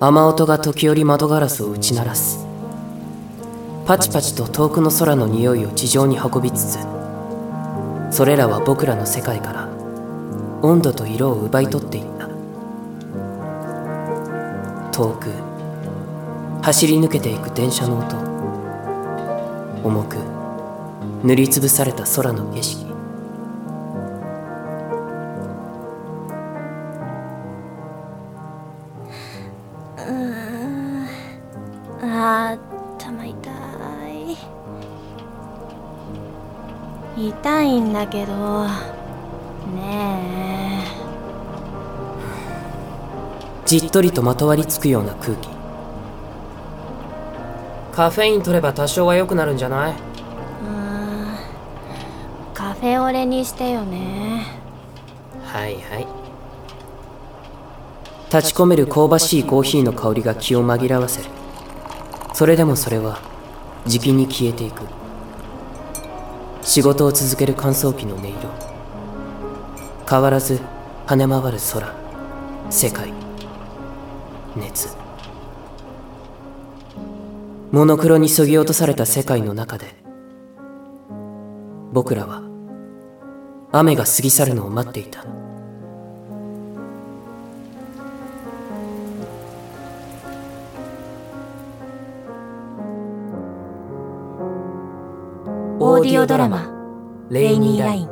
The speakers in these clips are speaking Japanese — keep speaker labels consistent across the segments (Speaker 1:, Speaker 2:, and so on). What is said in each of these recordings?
Speaker 1: 雨音が時折窓ガラスを打ち鳴らすパチパチと遠くの空の匂いを地上に運びつつそれらは僕らの世界から温度と色を奪い取っていった遠く走り抜けていく電車の音重く塗りつぶされた空の景色
Speaker 2: あー頭痛い痛いんだけどね
Speaker 1: じっとりとまとわりつくような空気カフェイン取れば多少は良くなるんじゃな
Speaker 2: え
Speaker 1: い
Speaker 2: うーんカフェオレにしてよね
Speaker 1: はいはい立ち込める香ばしいコーヒーの香りが気を紛らわせるそれでもそれはじきに消えていく仕事を続ける乾燥機の音色変わらず跳ね回る空世界熱モノクロにそぎ落とされた世界の中で僕らは雨が過ぎ去るのを待っていた
Speaker 2: オーディオドラマ「レイニーライン」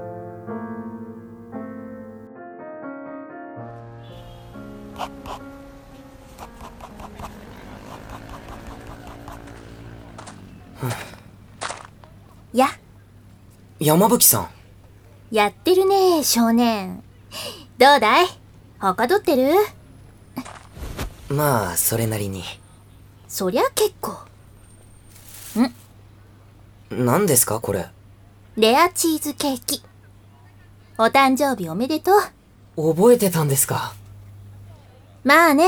Speaker 3: や、
Speaker 1: 山吹さん
Speaker 3: やってるね、少年。どうだいはかどってる
Speaker 1: まあそれなりに
Speaker 3: そりゃ結構。
Speaker 1: 何ですかこれ
Speaker 3: レアチーズケーキ。お誕生日おめでとう。
Speaker 1: 覚えてたんですか
Speaker 3: まあね。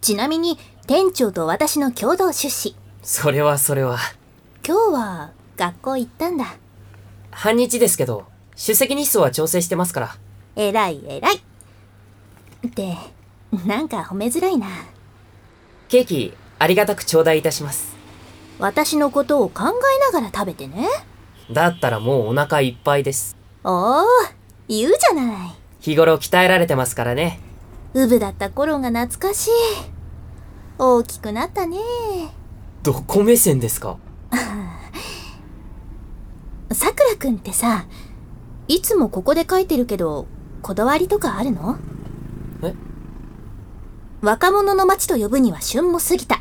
Speaker 3: ちなみに、店長と私の共同出資。
Speaker 1: それはそれは
Speaker 3: 今日は、学校行ったんだ。
Speaker 1: 半日ですけど出席日数は調整してますから
Speaker 3: えらいえらい。って、なんか褒めづらいな。
Speaker 1: ケーキありがたく頂戴いたします
Speaker 3: 私のことを考えながら食べてね。
Speaker 1: だったらもうお腹いっぱいです
Speaker 3: おー、言うじゃない。
Speaker 1: 日頃鍛えられてますからね
Speaker 3: ウブだった頃が懐かしい。大きくなったね。
Speaker 1: どこ目線ですか
Speaker 3: さくらくんってさ、いつもここで書いてるけど、こだわりとかあるの
Speaker 1: え
Speaker 3: 若者の街と呼ぶには旬も過ぎた。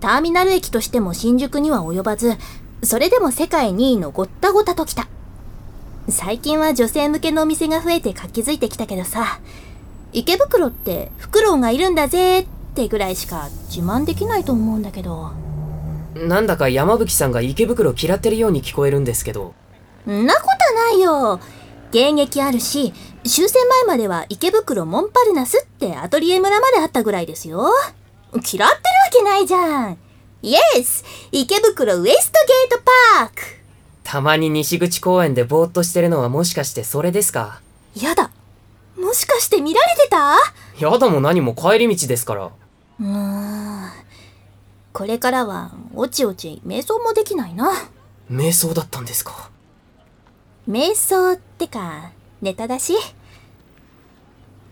Speaker 3: ターミナル駅としても新宿には及ばず、それでも世界2位のごったごたときた。最近は女性向けのお店が増えて活気づいてきたけどさ、池袋ってフクロウがいるんだぜーってぐらいしか自慢できないと思うんだけど。
Speaker 1: なんだか山吹さんが池袋嫌ってるように聞こえるんですけど
Speaker 3: んなことないよ。現役あるし、終戦前までは池袋モンパルナスってアトリエ村まであったぐらいですよ。嫌ってるわけないじゃん。イエス池袋ウエストゲートパーク
Speaker 1: たまに西口公園でぼーっとしてるのはもしかしてそれですか
Speaker 3: やだ。もしかして見られてた
Speaker 1: やだも何も帰り道ですから
Speaker 3: うーん。これからは、おちおち、瞑想もできないな。
Speaker 1: 瞑想だったんですか
Speaker 3: 瞑想ってか、ネタだし。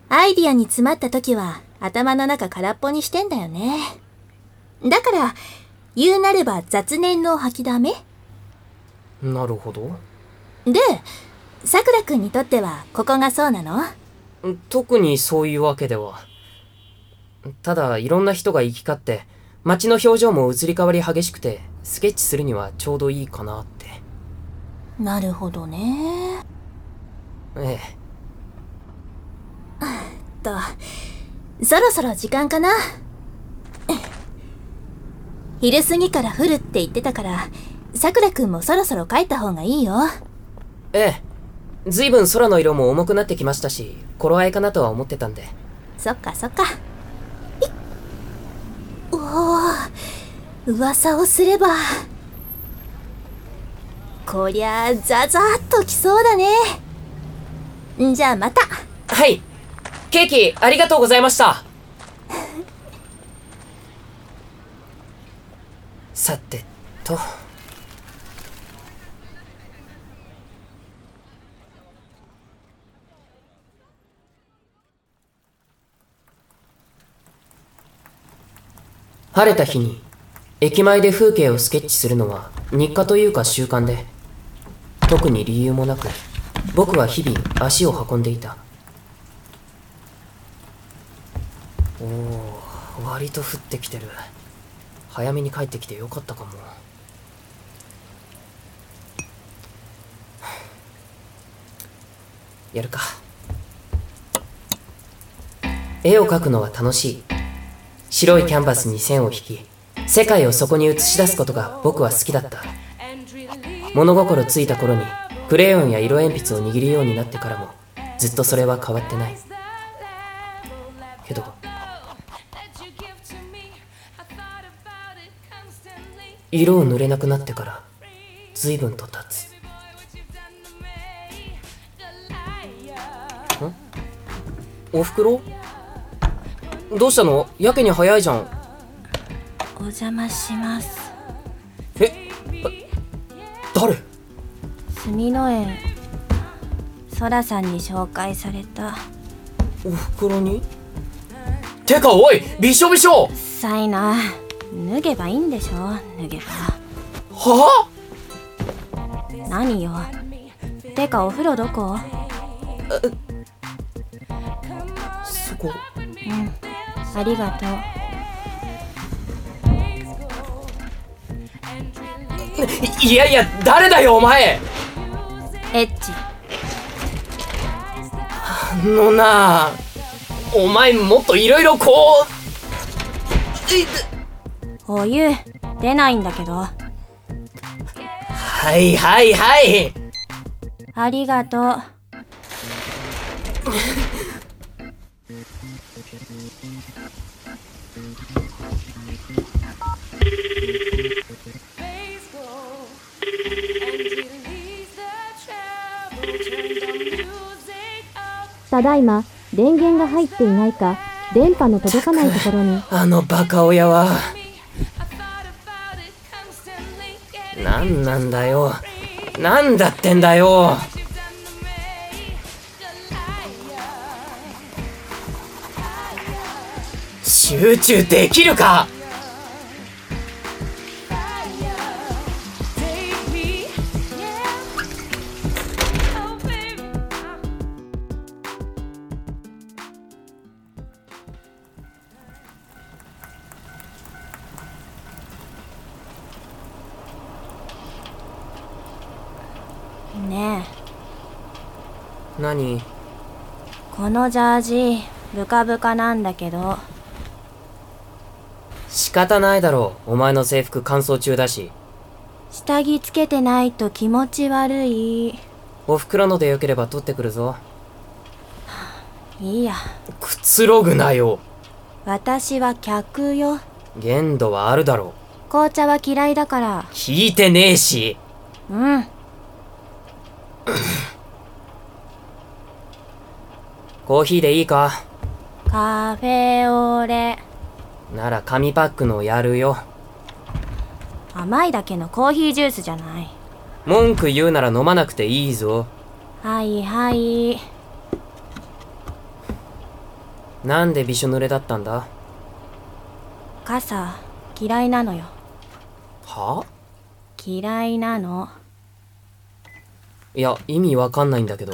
Speaker 3: アイディアに詰まった時は頭の中空っぽにしてんだよね。だから、言うなれば雑念の吐きだめ
Speaker 1: なるほど
Speaker 3: で、桜くんにとってはここがそうなの
Speaker 1: 特にそういうわけでは。ただ、いろんな人が行き交って、街の表情も移り変わり激しくて、スケッチするにはちょうどいいかなって。
Speaker 3: なるほどね。
Speaker 1: え
Speaker 3: と、そろそろ時間かな。昼過ぎから降るって言ってたから、桜くんもそろそろ帰った方がいいよ。
Speaker 1: え。ええ。随分空の色も重くなってきましたし、頃合いかなとは思ってたんで。
Speaker 3: そっかそっか。いっおお、噂をすれば。こりゃ、ザザーっときそうだね。んじゃあまた。
Speaker 1: はいケーキ、ありがとうございましたさてと晴れた日に駅前で風景をスケッチするのは日課というか習慣で特に理由もなく僕は日々足を運んでいたおお割と降ってきてる早めに帰ってきてよかったかも やるか絵を描くのは楽しい白いキャンバスに線を引き世界をそこに映し出すことが僕は好きだった物心ついた頃にクレヨンや色鉛筆を握るようになってからもずっとそれは変わってないけど色を塗れなくなってから随分と経つんおふくろどうしたのやけに早いじゃん
Speaker 3: お邪魔します
Speaker 1: え誰
Speaker 3: 墨の絵ソラさんに紹介された
Speaker 1: おふくろにてかおいびしょびしょ
Speaker 3: さいな脱げばいいんでしょ脱げば
Speaker 1: は
Speaker 3: 何よてかお風呂どこ
Speaker 1: あそこ
Speaker 3: ありがとう
Speaker 1: いいやいや誰だよお前
Speaker 3: エッチ
Speaker 1: あのなあお前もっといろいろこういっ
Speaker 3: お湯出ないんだけど
Speaker 1: はいはいはい
Speaker 3: ありがとう
Speaker 4: ただいま電源が入っていないか電波の届かないところに
Speaker 1: あのバカ親はなんなんだよなんだってんだよ集中できるか
Speaker 3: ね
Speaker 1: 何
Speaker 3: えこのジャージブカブカなんだけど
Speaker 1: 仕方ないだろうお前の制服乾燥中だし
Speaker 3: 下着つけてないと気持ち悪い
Speaker 1: おふくろのでよければ取ってくるぞ
Speaker 3: いいや
Speaker 1: くつろぐなよ
Speaker 3: 私は客よ
Speaker 1: 限度はあるだろう
Speaker 3: 紅茶は嫌いだから
Speaker 1: 聞いてねえし
Speaker 3: うん
Speaker 1: コーヒーでいいか
Speaker 3: カフェオレ
Speaker 1: なら紙パックのやるよ
Speaker 3: 甘いだけのコーヒージュースじゃない
Speaker 1: 文句言うなら飲まなくていいぞ
Speaker 3: はいはい
Speaker 1: なんでびしょ濡れだったんだ
Speaker 3: 傘嫌いなのよ
Speaker 1: は
Speaker 3: 嫌いなの
Speaker 1: いや意味わかんないんだけど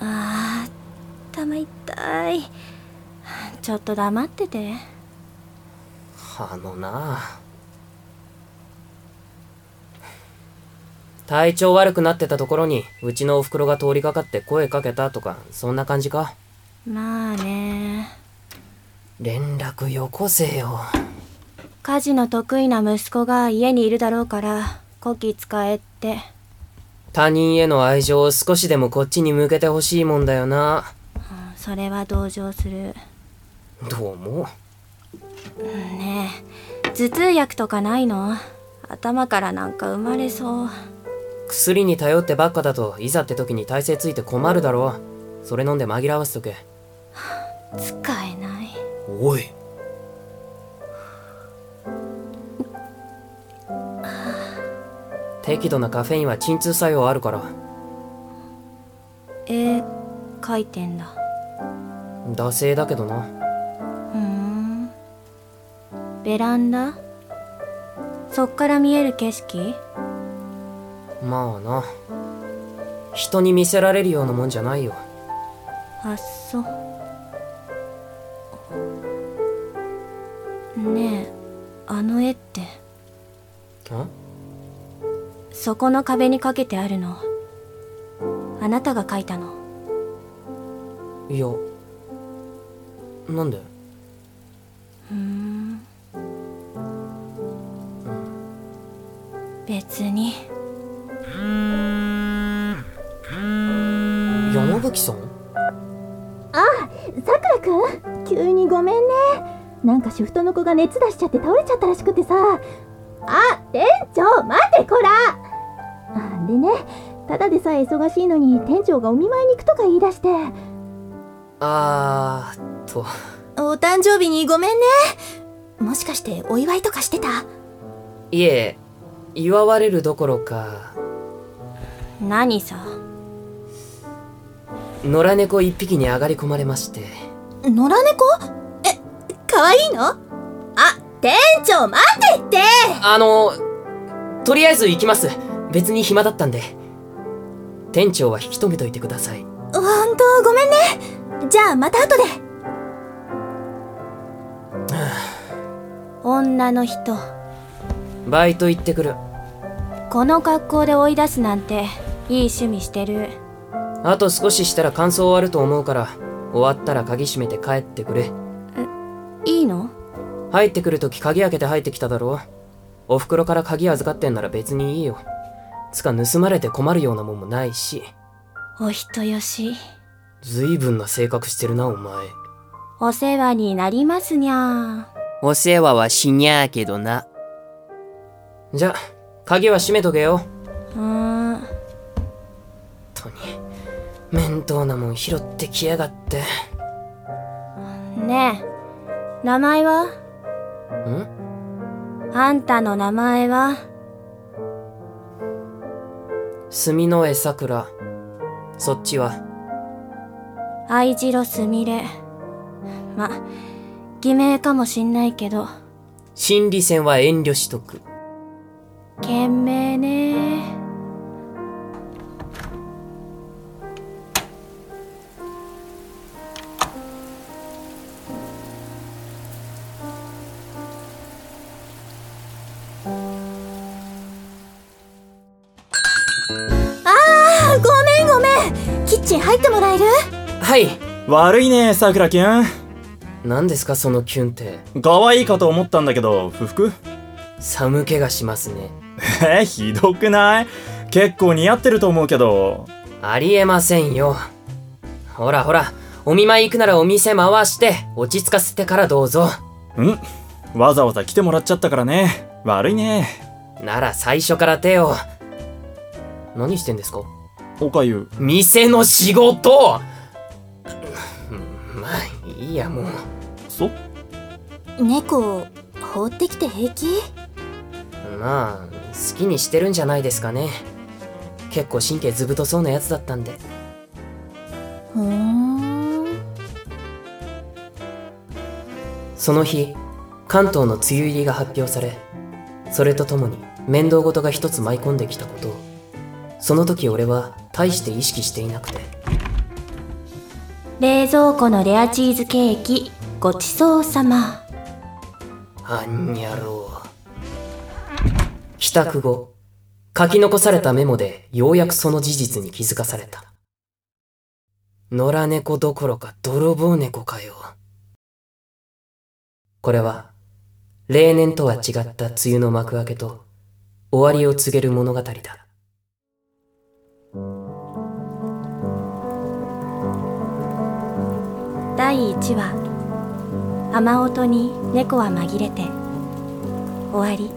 Speaker 3: あー頭痛いちょっと黙ってて
Speaker 1: あのな体調悪くなってたところにうちのおふくろが通りかかって声かけたとかそんな感じか
Speaker 3: まあね
Speaker 1: 連絡よこせよ
Speaker 3: 家事の得意な息子が家にいるだろうからこき使えって
Speaker 1: 他人への愛情を少しでもこっちに向けてほしいもんだよな
Speaker 3: うんそれは同情する
Speaker 1: どうも
Speaker 3: ねえ頭痛薬とかないの頭からなんか生まれそう
Speaker 1: 薬に頼ってばっかだといざって時に体勢ついて困るだろうそれ飲んで紛らわせとけ
Speaker 3: 使えない
Speaker 1: おい適度なカフェインは鎮痛作用あるから
Speaker 2: 絵描いてんだ
Speaker 1: 惰性だけどな
Speaker 2: ふーんベランダそっから見える景色
Speaker 1: まあな人に見せられるようなもんじゃないよ
Speaker 2: あっそねえあの絵って
Speaker 1: ん
Speaker 2: そこの壁にかけてあるのあなたが描いたの
Speaker 1: いやなんで
Speaker 2: 別に
Speaker 1: 山吹さん
Speaker 4: さくらくん急にごめんねなんかシフトの子が熱出しちゃって倒れちゃったらしくてさあ店長待てこらあでねただでさえ忙しいのに店長がお見舞いに行くとか言い出して
Speaker 1: あーっと
Speaker 3: お誕生日にごめんね。もしかしてお祝いとかしてた
Speaker 1: いえ祝われるどころか
Speaker 2: 何さ
Speaker 1: 野良猫一匹に上がり込まれまして
Speaker 3: 野良猫え、かわいいのあ、店長待ってって
Speaker 1: あのとりあえず行きます別に暇だったんで店長は引き止めといてください
Speaker 3: ほんとごめんね。じゃあまた後で。
Speaker 2: 女の人
Speaker 1: バイト行ってくる
Speaker 2: この格好で追い出すなんていい趣味してる
Speaker 1: あと少ししたら乾燥終わると思うから終わったら鍵閉めて帰ってくれ
Speaker 2: いいの
Speaker 1: 入ってくるとき鍵開けて入ってきただろお袋から鍵預かってんなら別にいいよつか盗まれて困るようなもんもないし
Speaker 2: お人よし
Speaker 1: 随分な性格してるなお前
Speaker 2: お世話になりますにゃ
Speaker 1: お世話はしにゃーけどなじゃ鍵は閉めとけよ
Speaker 2: うーん
Speaker 1: とに面倒なもん拾ってきやがってん
Speaker 2: ねえ名前はあんたの名前は
Speaker 1: 墨の絵さくらそっちは
Speaker 2: 愛白すみれま偽名かもしんないけど
Speaker 1: 心理戦は遠慮しとく
Speaker 2: 懸命ね
Speaker 3: あ、ごめんごめん。キッチン入ってもらえる
Speaker 1: はい
Speaker 5: 悪いねさくらきゅん
Speaker 1: 何ですかそのキュンって
Speaker 5: 可愛いかと思ったんだけど不服
Speaker 1: 寒気がしますね
Speaker 5: えひどくない結構似合ってると思うけど
Speaker 1: ありえませんよほらほらお見舞い行くならお店回して落ち着かせてからどうぞ
Speaker 5: んわざわざ来てもらっちゃったからね悪いね
Speaker 1: なら最初から手を何してんですか
Speaker 5: おかゆ
Speaker 1: 店の仕事うんまあいいやもう
Speaker 5: そ
Speaker 3: 猫、放ってきて平気
Speaker 1: まあ好きにしてるんじゃないですかね結構神経ずぶとそうなやつだったんで
Speaker 3: ふーん。
Speaker 1: その日関東の梅雨入りが発表されそれとともに面倒事が一つ舞い込んできたことをその時俺は大して意識していなくて
Speaker 2: 冷蔵庫のレアチーズケーキごちそうさま
Speaker 1: あんにゃろう帰宅後書き残されたメモでようやくその事実に気づかされた野良猫どころか泥棒猫かよこれは例年とは違った梅雨の幕開けと終わりを告げる物語だ
Speaker 2: 第1話雨音に猫は紛れて終わり